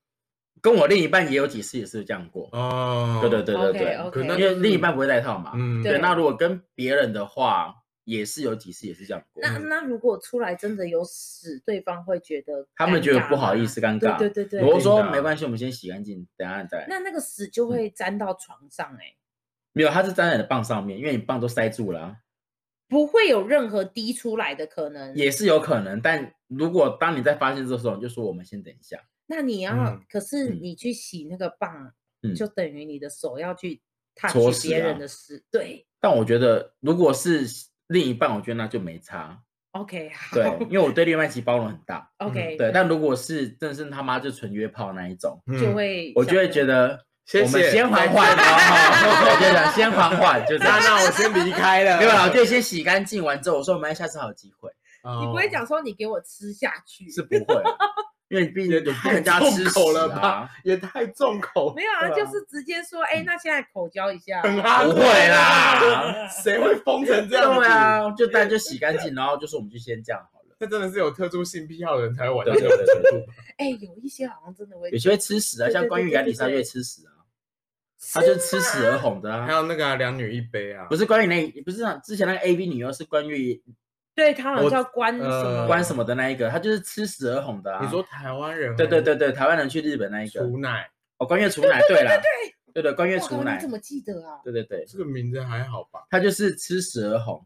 跟我另一半也有几次也是这样过，
哦，
对对对对
OK，
对，
OK
可那
因为另一半不会戴套嘛，
嗯，
对，
对
那如果跟别人的话，也是有几次也是这样过，
那那如果出来真的有屎，对方会觉得
他们觉得
尴尬
不好
吗
意思尴
对
尬
对对对，
我
我
会说
一定的啊
没关系，我们先洗干净，等一下再来。
那那个屎就
嗯
会沾到床上哎、
没有，它是粘在你的棒上面，因为你棒都塞住了啊、
不会有任何滴出来的可能。
也是有可能。但如果当你在发现这时候，你就说我们先等一下，
那你要，
嗯
可是
嗯
你去洗那个棒，
嗯
就等于你的手要去踏
搓
去
屎
别
啊
人的屎。对
但我觉得如果是另一半，我觉得那就没差。
，OK，好， *laughs*
对， *laughs* 因为我对另一半其实包容很大。
o k
对，但如果是真的是他妈就纯约炮那一种，
嗯
就会，
我就会觉
得，
得
谢
我们
谢
先缓缓吧，哈我觉得先缓缓，就这
那
样。
那我先离开了，
没有啦，我就先洗干净完之后，我说我们下次还有机会，
哦
你不会讲说你给我吃下去，
是不会啦， *laughs* 因为毕竟
也
有
太
人家吃
重口
屎
了
啊
吧，也太重口，
没有啊，就是直接说，
嗯
哎、那现在口交一
*laughs*
下，
很哈
不会啦，
*laughs* 谁会疯成这样子？
对，啊，就大家就洗干净，然后就说我们就先这样好了。
那真的是有特殊性癖好的人才会玩
对
到
对
这
对
种程
对
度
对，
哎、有一些好像真的会
有，些会吃屎啊，
对对
像关于
对
亚
对
里莎
对
月吃屎啊，他就是吃屎而红的
还
啊。
有那个啊两女一杯啊，
不是关于那，不是啊，之前那个 A V 女优是关于
对他好像
我
叫关什么
呃
关什么的那一个，她就是吃屎而红的啊。
你说台湾人
对对对对，台湾人去日本那一个
出奶
哦，关月厨奶对啦，对对，关月
哇靠
厨奶
你怎，么记得啊？
对对对，
这个名字还好吧？
她就是吃屎而红，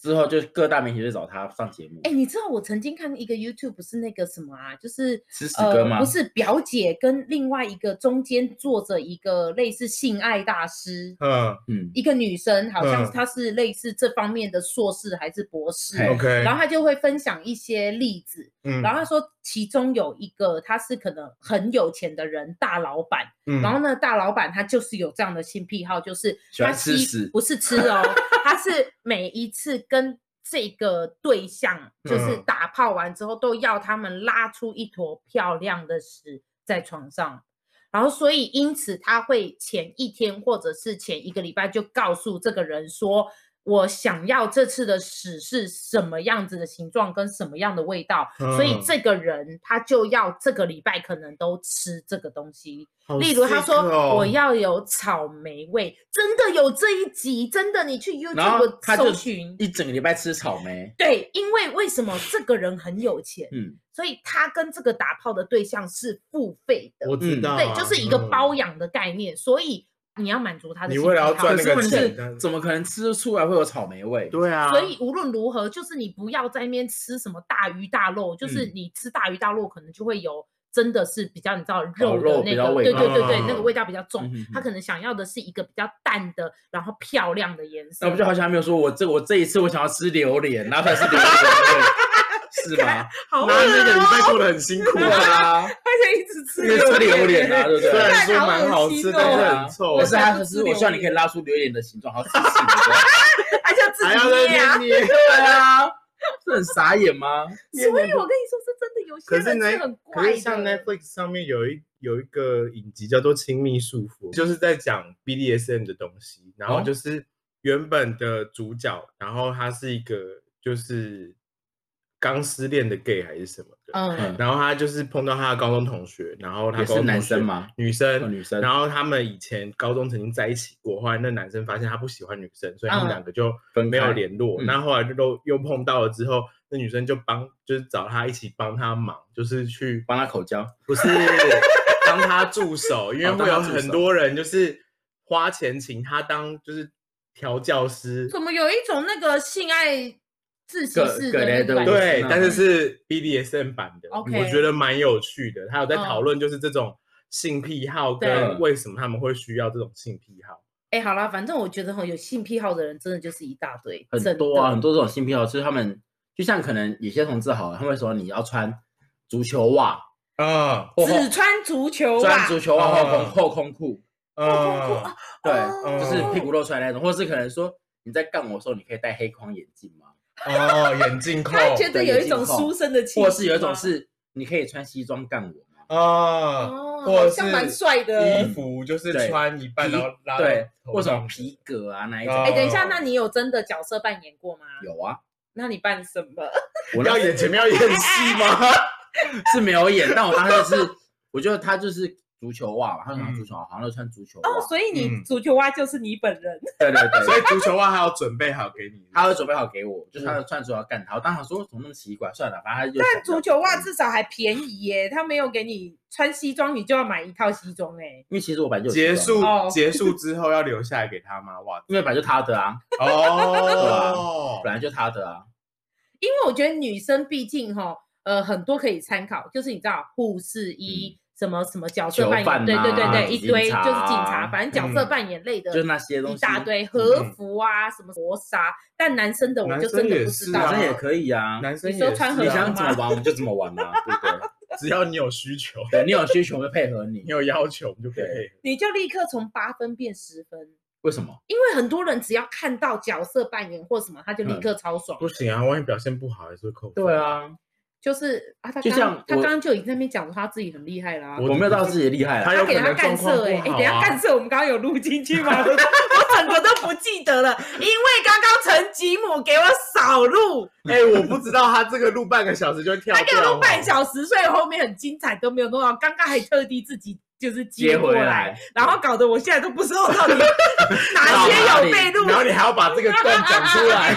之后就各大媒体就找她上节目
哎、，你知道我曾经看一个 YouTube 不是那个什么啊，就是
吃屎哥
呃，
吗
不？是表姐跟另外一个中间坐着一个类似性爱大师，
嗯
嗯，
一个女生，好像
嗯
她是类似这方面的硕士还是博士，
嘿
，OK，
然后她就会分享一些例子，
嗯
然后她说其中有一个她是可能很有钱的人，大老板，
嗯
然后呢，大老板他就是有这样的性癖好，就是
喜
他
欢吃
希
屎
不是吃哦，他是每一次跟这个对象就是
嗯
打炮完之后，都要他们拉出一坨漂亮的屎在床上。然后，所以因此他会前一天或者是前一个礼拜就告诉这个人说，我想要这次的屎是什么样子的形状跟什么样的味道，所以
嗯
这个人他就要这个礼拜可能都吃这个东西。
好
例如他
sick
说、
哦
我要有草莓味，真的有这一集，真的你去
然后
YouTube
他就
搜寻。
一整个礼拜吃草莓，
对，因为为什么这个人很有钱，
嗯，
所以他跟这个打炮的对象是付费的，
我知
嗯
道啊，
对，就是一个
嗯
包养的概念，所以你要满足他的
你
性
为
癖
了要
好
可
赚那
是
个
问题
钱
是怎么可能吃出来会有草莓味？
对啊，
所以无论如何，就是你不要在那边吃什么大鱼大肉，就是
嗯
你吃大鱼大肉可能就会有真的是比较你知道肉
肉
的
比
那
较
个，
味
对对
道
对对，那
啊
个味道比较重
嗯哼。
他可能想要的是一个比较淡的，然后漂亮的颜色。
那不就好像没有说我这我这一次我想要吃榴莲，然后才是榴
*laughs*
莲味，是吗？
好
那那个礼拜过得很辛苦
对
*laughs*
啊，
且一直吃
因为吃榴莲啊，对不
虽然
对？
说蛮好吃，但
对
是
啊
很臭
可，是它
我才
可
不吃
是我希望你可以
榴莲
拉出榴莲的形状，好吃屎！
还要自
*laughs* 还要在
啊
那
*laughs*
边捏。
对啊，这很傻眼吗？
所以我跟你说，是真的有
可
些
是
人
呢
是很
可
怪
是像
的。
Netflix 上面有一有一个影集叫做《亲密束缚》，就是在讲 BDSM 的东西，然后
哦
就是原本的主角，然后他是一个就是刚失恋的 gay 还是什么的，
嗯，
然后他就是碰到他的高中同学，然后他
也
高
是
中
男
同学
生吗？
女
哦
生。
女生，
然后他们以前高中曾经在一起过，后来那男生发现他不喜欢女生，所以他们
嗯
两个就
分
没
开
有联络。
嗯
那后来就都又碰到了之后，那女生就帮，就是找他一起帮他忙，就是去
帮他口交， *laughs*
不是当他助手，因为
哦当
会
他
有
助
很
手
多人就是花钱请他当就是调教师，
怎么有一种那个性爱自习
葛
室
葛
的
雷
那
的
个感
我
觉？
对
知，道
但是
嗯
是 BDSM 版的
OK
我觉得蛮有趣的。他有在讨
嗯
论就是这种性癖好
对
跟为什么他们会需要这种性癖好，
哎，好啦，反正我觉得哈，有性癖好的人真的就是一大堆，
很
真
多啊，
的
很多这种性癖好，就是他们就像可能有些同志好了，他们说你要穿足球袜，
嗯
或
只
后
穿足球袜
穿，足球袜后空
嗯
后空裤，
嗯，
对，
哦
就是屁股露出来那种，或是可能说你在干我的时候，你可以戴黑框眼镜吗？
哦，眼
*laughs*
镜扣，
他觉得
对
有一
眼
种
镜控
书生的气质吗，
或是有一种是你可以穿西装干我吗？
啊，
哦，
或
好
者
像
是
蛮帅的
衣。服就是
对
穿一半，
皮
然后拉到
对，
头
或什么
上
皮革啊那一种，
哦
哎，等一下，那你有真的角色扮演过吗？
有啊，
那你扮什么？
我那
要演前面要演
*laughs*
戏吗？
是没有演，但我当时是，我觉得他就是足球袜嘛，他拿
嗯
足球袜，好像都穿足球袜，
哦，所以你
嗯
足球袜就是你本人。
对对对，
所以足球袜还要准备好给你，
他会准备好给我，就是他穿足球袜干他，我当时说怎么那么奇怪，算了，反正他就
但
想
足
要
球袜至少还便宜耶，他没有给你穿西装，你就要买一套西装哎。
因为其实我本来就有
结
西装
束
嘛
哦
结束之后要留下来给他吗？袜子
因为本来就他的啊，
哦，
本来就他的啊，
因为我觉得女生毕竟哈，呃，很多可以参考，就是你知道护士医。什么什么角色
囚
扮演？
犯
对对对
嗯啊
对，一
警
堆就是警
察
察，
啊
反正角色
嗯
扮演类的
就是那些东
一
西，
大堆和服啊，什么磨砂。但男生的我
男
就真
生
的
也
不
是
知道
啊
男
了
生。也可以啊，
男生
你说
也
穿
是
和
你
啊
想怎么玩我们就怎么玩嘛，对不对？
只要你有需求，
对你有需求我会配合你
你，有要求，我们就可以配合。
你就立刻从八分变十分，
为什么？
因为很多人只要看到角色扮演或什么，他就立
嗯
刻超爽。
不行啊，万一表现不好还是会扣分。
对，啊，
就是啊，他
就
刚
像
他
我
刚刚就已经在那边讲他自己很厉害啦、
我
我没有到自己的厉害啊
他，
他
有
给
可
他
能
干
状况
涉哎、
不
欸
好
等一下干
啊。
涉我们刚刚有录进
*laughs*
去吗？我我整个都不记得了，因为刚刚陈吉姆给我少录，
哎，我不知道他这个录半个小时就跳
他给我
掉
录半
哦，
小时，所以后面很精彩都没有弄到，刚刚还特地自己就是
接
过
回
来，
来，
然后搞得我现在都不知道到
*laughs*
底哪些有啊被录，
然后你还要把这个段讲出来。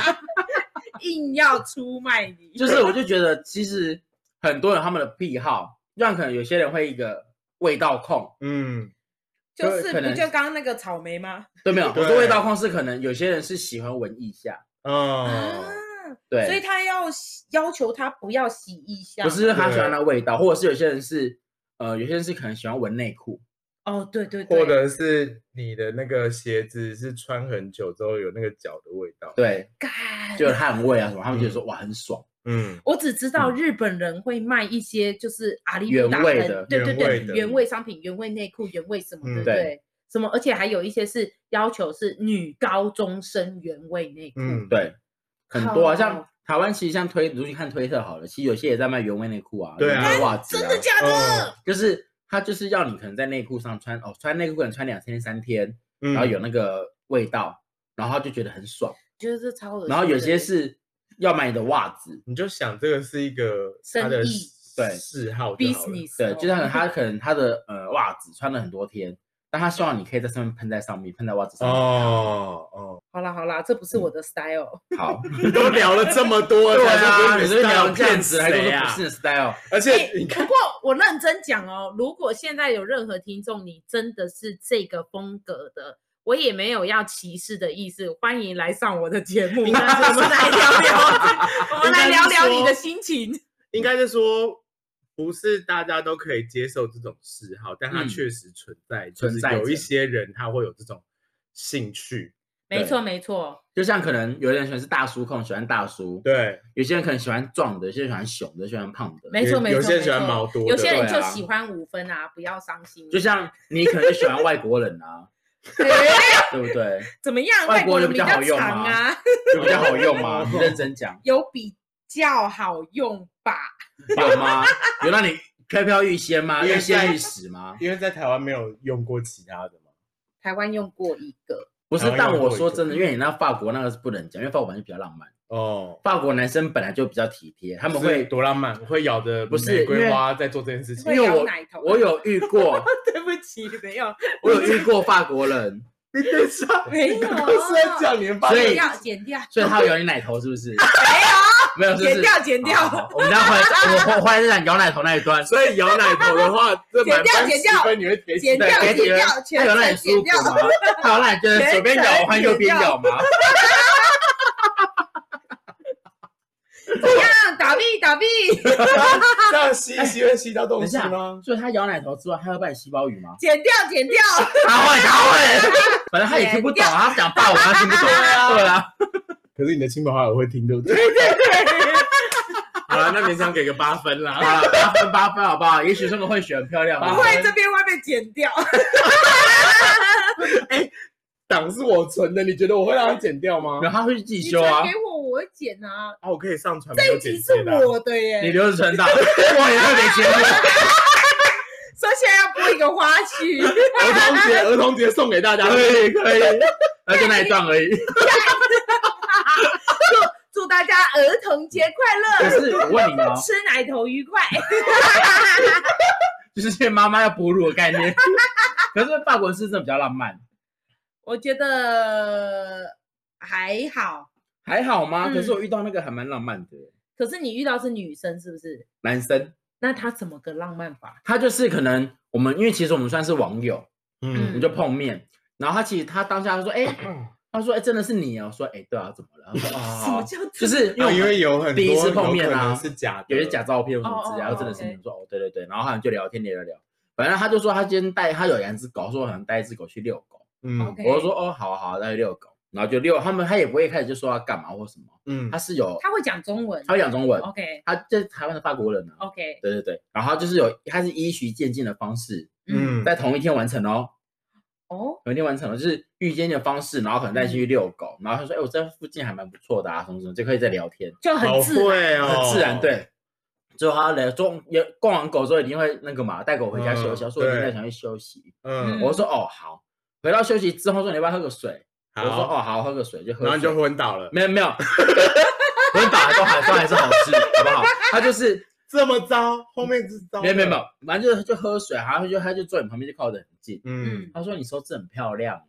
硬要出卖 *laughs* 你，
就是我就觉得其实很多人他们的癖好，让可能有些人会一个味道控，
嗯，
就
就是可
不
能
就刚刚那个草莓吗？
对没有？
对
我说味道控是可能有些人是喜欢闻一下，
哦，
啊对，
啊所以他要洗要求他不要洗衣箱，
不是他喜欢那味道，或者是有些人是呃，有些人是可能喜欢闻内裤，
哦，对对对，
或者是你的那个鞋子是穿很久之后有那个脚的味道。，
对，
干
就有汗味啊什么，他们就说哇很爽，
嗯，
我只知道日本人会卖一些就是阿里
原
达
味
人
的
对对
原
对
味，的
原味商品、原味内裤、原味什么，对
嗯
不
对
对？什么，而且还有一些是要求是女高中生原味内裤，
嗯
对，很多
靠
啊，像台湾其实像推，如果你看推特好了，其实有些也在卖原味内裤啊，
对啊
原味袜子、啊，
真的假
哦
的？
就是他就是要你可能在内裤上穿哦，穿内裤可能穿两天三天，
嗯
然后有那个味道，然后他就觉得很爽，
觉得这超恶心的。
然后有些是要买你的袜子，
你就想这个是一个他
生
的
意
对
嗜好就好了
business，
对，
哦
就像他可能他的呃袜子穿了很多天，但他希望你可以在上面喷在上面，喷在袜子上面。
哦哦，
好啦好啦，这不是我的 style，
好，
你都聊了这么多 *laughs* 了，
对
才说
啊，
不是
你
你
这
的
个聊
style
这样
骗
子，还跟我
谁
说不
啊
是你？的哎 style，
而且你
不
看，
过我认真讲哦，如果现在有任何听众，你真的是这个风格的，我也没有要歧视的意思，欢迎来上我的节 *laughs* 目，我们来聊聊，我们来聊聊你的心情。
应该是说不是大家都可以接受这种嗜好，但它
嗯
确实存在，就
存
是
在
有一
着
些人他会有这种兴趣，
*laughs* 没错，没错，
就像可能有的人喜欢是大叔控，喜欢大叔，，
对，
有些人可能喜欢壮的，有些人喜欢熊的，有些人喜欢胖的，
没错，
有
没错。
有些人
没
喜欢
错
毛多的
有些人
对
就
啊
喜欢五分啊，不要伤心。
就像你可能就喜欢外国人啊，
哎
对不对？
怎么样，
*laughs* 外
外国
国
人
人
比
比较好用
长
吗
啊， *laughs*
*laughs*
就比较好用吗？你认真讲，
有比较好用吧？
有吗？有让你飘飘欲仙吗？
因为
欲仙
在
欲死吗？
因为在台湾没有用过其他的嘛。
台湾用过一个，
不是
台，湾
但
用
我
过一
说
个
真的，因为你那法国那个是不能讲，因为法国人就比较浪漫，
哦，
法国男生本来就比较体贴，他
他
们会。
多浪漫，会咬着
不是
玫
因
瑰
为
花在做这件事情
会。
因
*laughs*
为
咬
我
奶头。
我，有遇过，
*laughs* 对不起，没有，
我有遇过法国人，
你等一下，
没有
你刚刚是在讲你的发
所
剪
以
掉，剪掉。
所以他有咬你奶头是
*laughs*
不是？没有，没有，
啊剪
是
掉，剪
不是？好好
掉
好，我们等一下回来，我们回来再讲咬奶头那一段。
所以咬奶头的话，这
剪
满
掉
分
剪
十
掉
分你会给
剪
几分
掉，
给
剪
几个人
掉，
他
全
有让
程
你舒
剪掉
服。吗？他有让你觉得左边咬换右边咬吗？
怎样？达屁打屁，
这样吸吸会吸到
等
东
一
西
下
吗，？
所以他摇奶头之外，他会帮你吸包雨吗？
剪掉剪掉，
他会，他会，反正他也听不懂，啊他讲霸王他听不懂，对啊，
可是你的亲朋好友会听，对不对？ *laughs* 好了，那勉强给个八分 *laughs*
好
啦。
了，八分八分好不好？也许这个会选很漂亮啊
八
不
吧
分。
会这啊边外面剪掉，
档是我存的，你觉得我会让它剪掉吗？
然后他会自己
哦你
修啊
传，给我，我会剪啊。
啊，我可以上传没
这
有
一集
剪
是
接的啊。
我的
你
耶，
留着存档， *laughs* 我也会没节目。
所以现在要播一个花絮。
儿童节，儿童节送给大家。
可
*laughs*
以可以，那就那一段而已。
祝大家儿童节快
可
乐，
是我问你哦，
吃奶头愉快。
就是这些妈妈要哺乳的概念。 *laughs* 可是法国是真的比较浪漫，
我觉得还好，
还好吗？
嗯
可是我遇到那个还蛮浪漫的
可是你遇到是女生是不是？
男生，
那他怎么个浪漫法？
他就是可能我们因为其实我们算是网友，我
嗯
们就碰面，然后他其实他当下就说，
*coughs*
哎、他说哎、真的是你哦，我说哎、对啊，怎么了？他说
什么
哦，
叫
就
真
是因为
啊，
我们
因为有很多
第一次碰面啊
有可能是假的，
有些假照片或什么之类的，然后
哦哦哦
真的是你
OK
说哦，对对对，然后好像就聊天聊聊聊，反正他就说他今天带他有养一只狗，说我想带一只狗去遛狗，
嗯
OK
我就说哦，好啊好啊，那就遛狗，然后就遛，他们他也不会一开始就说要干嘛或什么，
嗯
他，是有
他会哦讲中文
他会讲中文，
，OK
他就是台湾的法国人啊，
OK，
对对对，然后就是有他是依循渐进的方式，
嗯
嗯
在同一天完成哦，
哦，
有一天完成了，就是遇见的方式，然后可能带去遛狗，然后他说：“哎、我这附近还蛮不错的啊，什么什么，就可以再聊天，
就
好
很自然。
会哦，
很自然。”对，最后他来中也逛完狗之后一定会那个嘛，带狗回家休息。
嗯
他说：“我现在
对
想去休息。
嗯，
我就说：“哦，好。”回到休息之后说：“你要不要喝个水？”我说：“
好，
哦，好，喝个水。”就喝水，
然后你就昏倒了，
没
*laughs*
有没有，我们打都还都还是好吃，好不好？他就是
*laughs* 这么糟，后面是糟，
没有没有没有，，反正就就喝水，然后就他就坐你旁边就靠得很近。
嗯，
他说：“你手指很漂亮、欸。”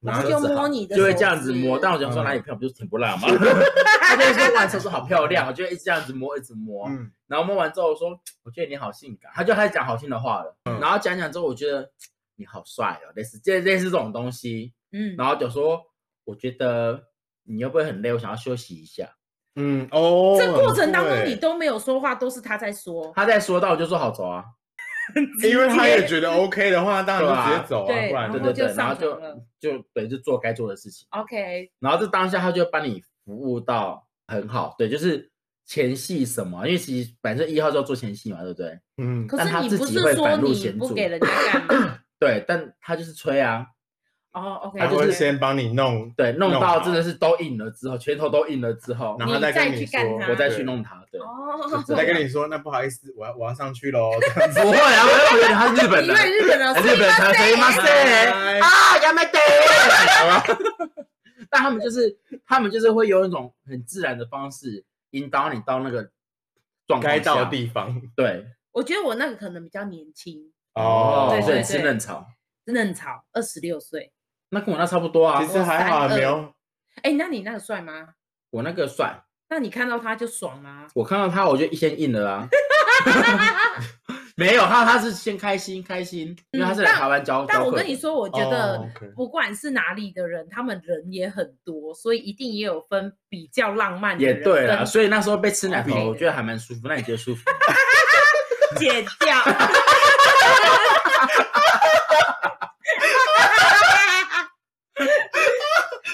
然
然
后
后
就
手指
摸
好
你的
就会
手
这样子
指
摸。但我想说
嗯
哪里漂亮，不就是挺不辣
*laughs*
吗？他就会说哇，手指好漂亮，我啊就一直这样子摸，一直摸。
嗯，
然后摸完之后我说，我觉得你好性感，他就开始讲好听的话了。
嗯
然后讲讲之后，我觉得你好帅哦，类似这类似这种东西。
*laughs* 嗯，
然后就说，我觉得你会不会很累？我想要休息一下。
嗯哦，
这过程当中
很会
你都没有说话，都是他在说。
他再说到，我就说好走啊。
因为他也觉得 OK 的话，当然就直接走啊，
对
不然
然
对
后
对
就
对，然后
上
就
床了
就对，就做该做的事情。
OK，
然后这当下他就帮你服务到很好，对，就是前戏什么，啊因为其实反正一号就要做前戏嘛，对不对？
嗯，
可
但
是
他
你
自
不
己
是
会
说
反入
你
险
不
阻
给人家干嘛？
对，但他就是吹啊，
哦，OK，
他
就
会
是
先帮你弄，
对，弄
弄
到
好
真的是都硬了之后，拳头都硬了之后，
然后他再跟
你再去
你说，
干他
我再去弄他，对，
哦，
对，再跟你说，那不好意思，我要我要上去喽，这样子
不会啊，没有没有，他是日本
因
的，哎
为日本人
日本才可以吗？谁
拜
啊，亚美得，好吧？但他们就是他们就是会有一种很自然的方式引导你到那个状况
该到
下
的，地方
对，
我觉得我那个可能比较年轻，
哦，
对
所
对
以吃嫩草，
真的很潮，二十六岁。
那跟我那差不多啊
其，实还好，没有
哎，那你那个帅吗？
我那个帅。
那你看到他就爽啊！
我看到他，我就一先硬了啊。 *laughs* 没有，他他是先开心开心，因为他是来
但
台湾教。
嗯但
教
我
课
跟你
的，
说，我觉
哦
得
，OK
不管是哪里的人，他们人也很多，所以一定也有分比较浪漫的
也
人
对啊啦。
跟
所以那时候被吃奶
OK
头，
的
我觉得还蛮舒服。那你觉得舒服
*laughs*
吗？ *laughs*
剪掉。 *laughs*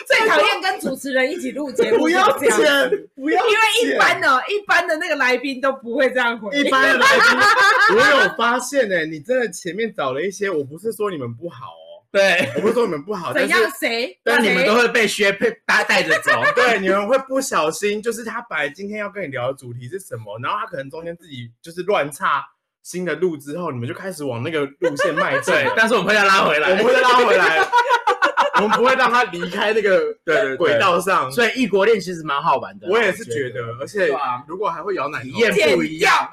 最讨厌跟主持人一起录节目，
不要
这样，
钱，不要，
因为一般的一般的那个来宾都不会这样回。
一般的来宾，我有发现呢、你真的前面找了一些，我不是说你们不好哦，
对，
我不是说你们不好，但
怎
是
样谁？
但你们
谁
都会被薛佩带
*laughs*
带着走。
对你们会不小心，就是他本来今天要跟你聊的主题是什么，然后他可能中间自己就是乱插新的路之后，你们就开始往那个路线迈 *laughs* 进，
对，但是我们会要拉回
我们
来。
会拉回
*laughs*
来，我们不会让他离开那个
对对对
轨道上。
所以异国恋其实蛮好玩的啦，
我也是觉得，而且
对啊
如果还会摇奶头
体，验不一样，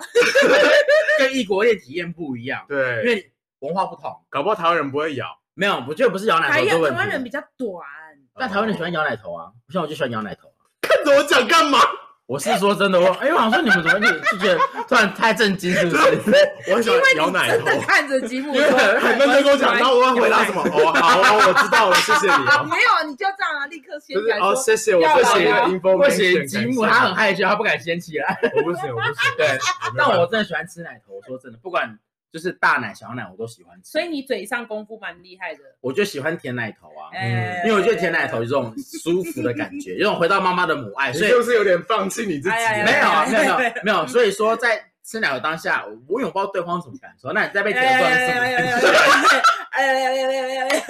跟异国恋体验不一样，因
对，
为文化不同。
搞不好台湾人不会摇，
没有，我觉得不是摇奶
台
头的
湾
问
台湾人
题，
比较短， *laughs*
但台湾人喜欢摇奶头啊，像我就喜欢摇奶头啊。
看着我讲干嘛？
我是说真的，我哎，我想说你们怎么就就觉得突然太震惊，是不是？
*laughs* 我很喜
因为
欢摇
你
奶
真
头，
的看着吉姆
因为
*laughs*
说，
很很认真跟我讲，然后我要回答什么？ *laughs* 哦，好，哦我知道了，谢谢你哦。
没有，你就这样啊，立刻先
就是
来
哦，
说。
谢谢我
要
这
了
些
要
information，
不行，
感
吉姆
谢
他很害羞，他不敢掀起来。
*laughs* 我不行，我不行。
对
我没
但
办法
我真的喜欢吃奶头，我说真的，不管就是大奶小奶我都喜欢吃，
所以你嘴上功夫蛮厉害的，
我就喜欢甜奶头啊，
哎，
因为我觉得甜奶头有这种舒服的感觉，有种回到妈妈的母爱，
你
所以
是不是有点放弃你自己了？
哎呀
没有啊，
哎
没有没有没有，所以说在吃奶头当下，我永远不知道对方怎么感受。那你在被舔的时候，你怎么感受？
哎呀呀呀呀呀！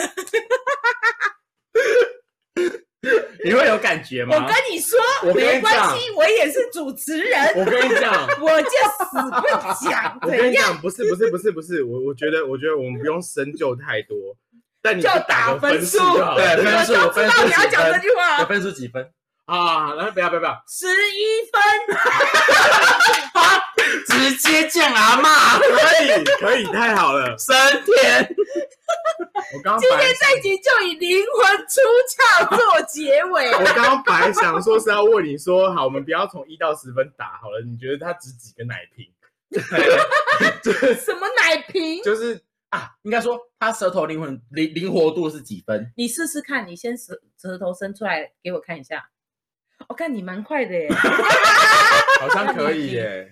你会有感觉
我
吗
跟？你说，
我跟
没
你讲
关系，我也是主持人，
我跟你
*laughs*
讲，
我就死不讲，
我跟
怎
你
样
讲，不是不是不是不是，我我觉得我觉得我们不用深究太多，但你
就
打
打
个分
数。
就好
我 *laughs*
了
对分数
就知道你要讲这句
我
话，
分数几分？
啊，那不要不要不要，
十一分，
直接见阿妈
可以可以，太好了！
升天。
我刚刚
今
本来
天这一集就以灵魂出窍做结尾。
我刚刚本来想说是要问你说，好，我们不要从一到十分打好了，你觉得它值几个奶瓶？ *laughs*
什么奶瓶？
就是
*laughs* 啊，应该说他舌头灵魂灵灵活度是几分？
你试试看，你先舌舌头伸出来给我看一下。我、看你蛮快的耶，
好像可以耶，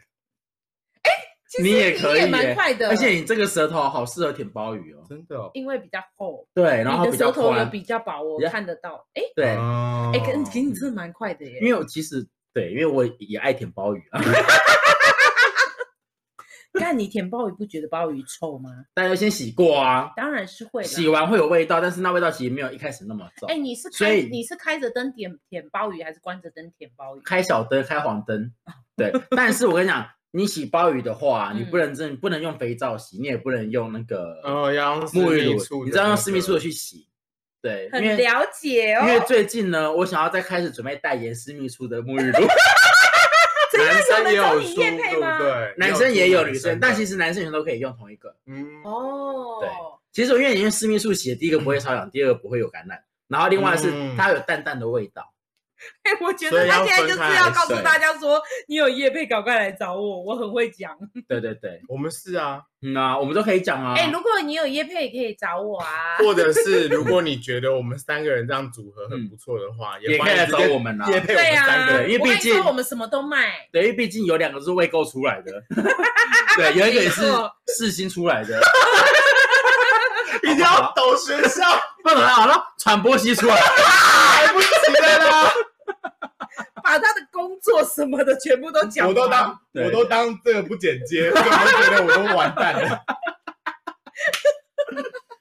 其实
你也可以耶
你蛮快的，
而且你这个舌头好适合舔鲍鱼哦。
真的哦。
因为比较厚，
对，然后
你
比
的
较
舌头有
宽。
比较薄，我
Yeah
看得到。哎
*laughs* 对，
哦
哎、可是其实你真的蛮快的耶，
因为我其实对，因为我也爱舔鲍鱼啊， *laughs*
但你舔鲍鱼不觉得鲍鱼臭吗？
但要先洗过啊，
当然是会
洗
啦。
完会有味道，但是那味道其实没有一开始那么重
哎、。你是
所
开
以
你是开着灯舔舔鲍鱼，还是关着灯舔鲍鱼？
开小灯，开黄灯，
哦
对。但是我跟
*laughs*
你讲，你洗鲍鱼的话，
嗯
你不能真不能用肥皂洗，你也不能用那个
哦，要用
沐
私
浴
密
乳，
处
你
的
知道
那
用
个
私密处的去洗，对，因
很
为
了解哦
因，为最近呢，我想要再开始准备代言私密处的沐浴
*laughs*
乳，
怎样有人
男生也
找
有
你
输，
夜
对
配
不
吗？
对？
男生也有
出
女
的
生，但其实男生女生都可以用同一个。
嗯，
哦，
其实因为你用私密处洗的，第一个不会瘙
嗯
痒，第二个不会有感染，然后另外是
嗯
它有淡淡的味道。
哎、我觉
所
得
以
他
要
现在
分
就是
开
要
来
告诉
睡
大家说，你有夜配，赶快来找我，我很会讲。
对对
*laughs*
对，
我们是啊，
嗯啊，我们都可以讲啊。
哎、如果你有夜配，也可以找我啊。
或者是如果你觉得我们三个人这样组合很不错的话，
嗯也可
欢
以
迎
来
直
找
接
我们啊。
也配我
对
们
啊
三个，
我
人。
对因为
跟
毕
你
竟
说我们什么都卖，
对，因为毕竟有两个是未购出来的，对，有一个也是
没错
四星出来的，
啊
一定要抖学校，
不能好了，传播系出来，
来不及了啦！
把他的工作什么的全部都讲完。
我都当
对
我都当这个不剪接，所以我都觉得我都完蛋了。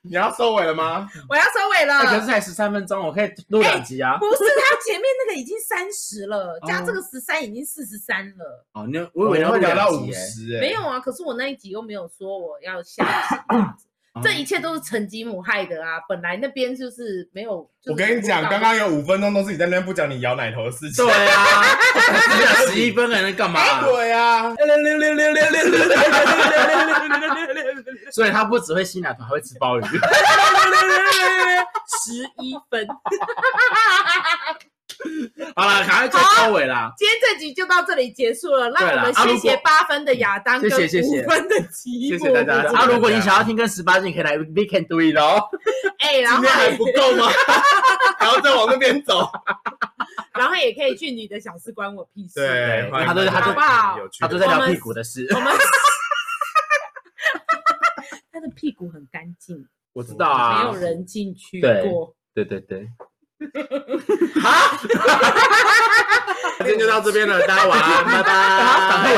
你要收尾了吗？
我要收尾了。
哎可是才十三分钟，我可以录两集啊。
不是他前面那个已经三十
哦
了，加这个十三已经四十三了。
哦，你我以为要
会
录
聊到
两
五
集耶，欸
十，哎
没有啊，可是我那一集又没有说我要下集这样子，
哦
这一切都是陈吉姆害的啊！本来那边就是没有。就是
我跟你讲，刚刚有五分钟都是你在那边不讲你摇奶头的事情。
对啊，十一分的人干嘛？
哎对啊呀，
六六六六六六六
所以他不只会吸奶头，还会吃鲍鱼。
十一分。 *laughs*
好了，赶快做收尾啦。
今天这集就到这里结束了，让
对
我
啦
们
啊
谢
如
谢
果
八分的亚当跟
谢谢谢谢
五分的吉姆，
谢谢大家
啊，如果你想要听跟十八禁，可以来 We Can Do It 哦。
哎，然后
今天还不够
*laughs*
吗？还要再往那边走？
然后也可以去你的小事关我屁事。
对，
他都他都
好不好
有趣
他
的
都在聊屁股的事，
我们他的屁股很干净，
我知道啊。
没有人进去
对
过。
对对
*laughs*
对，
今天就到这边了，大家晚安，拜拜。
啊，赶快
*laughs*
*laughs*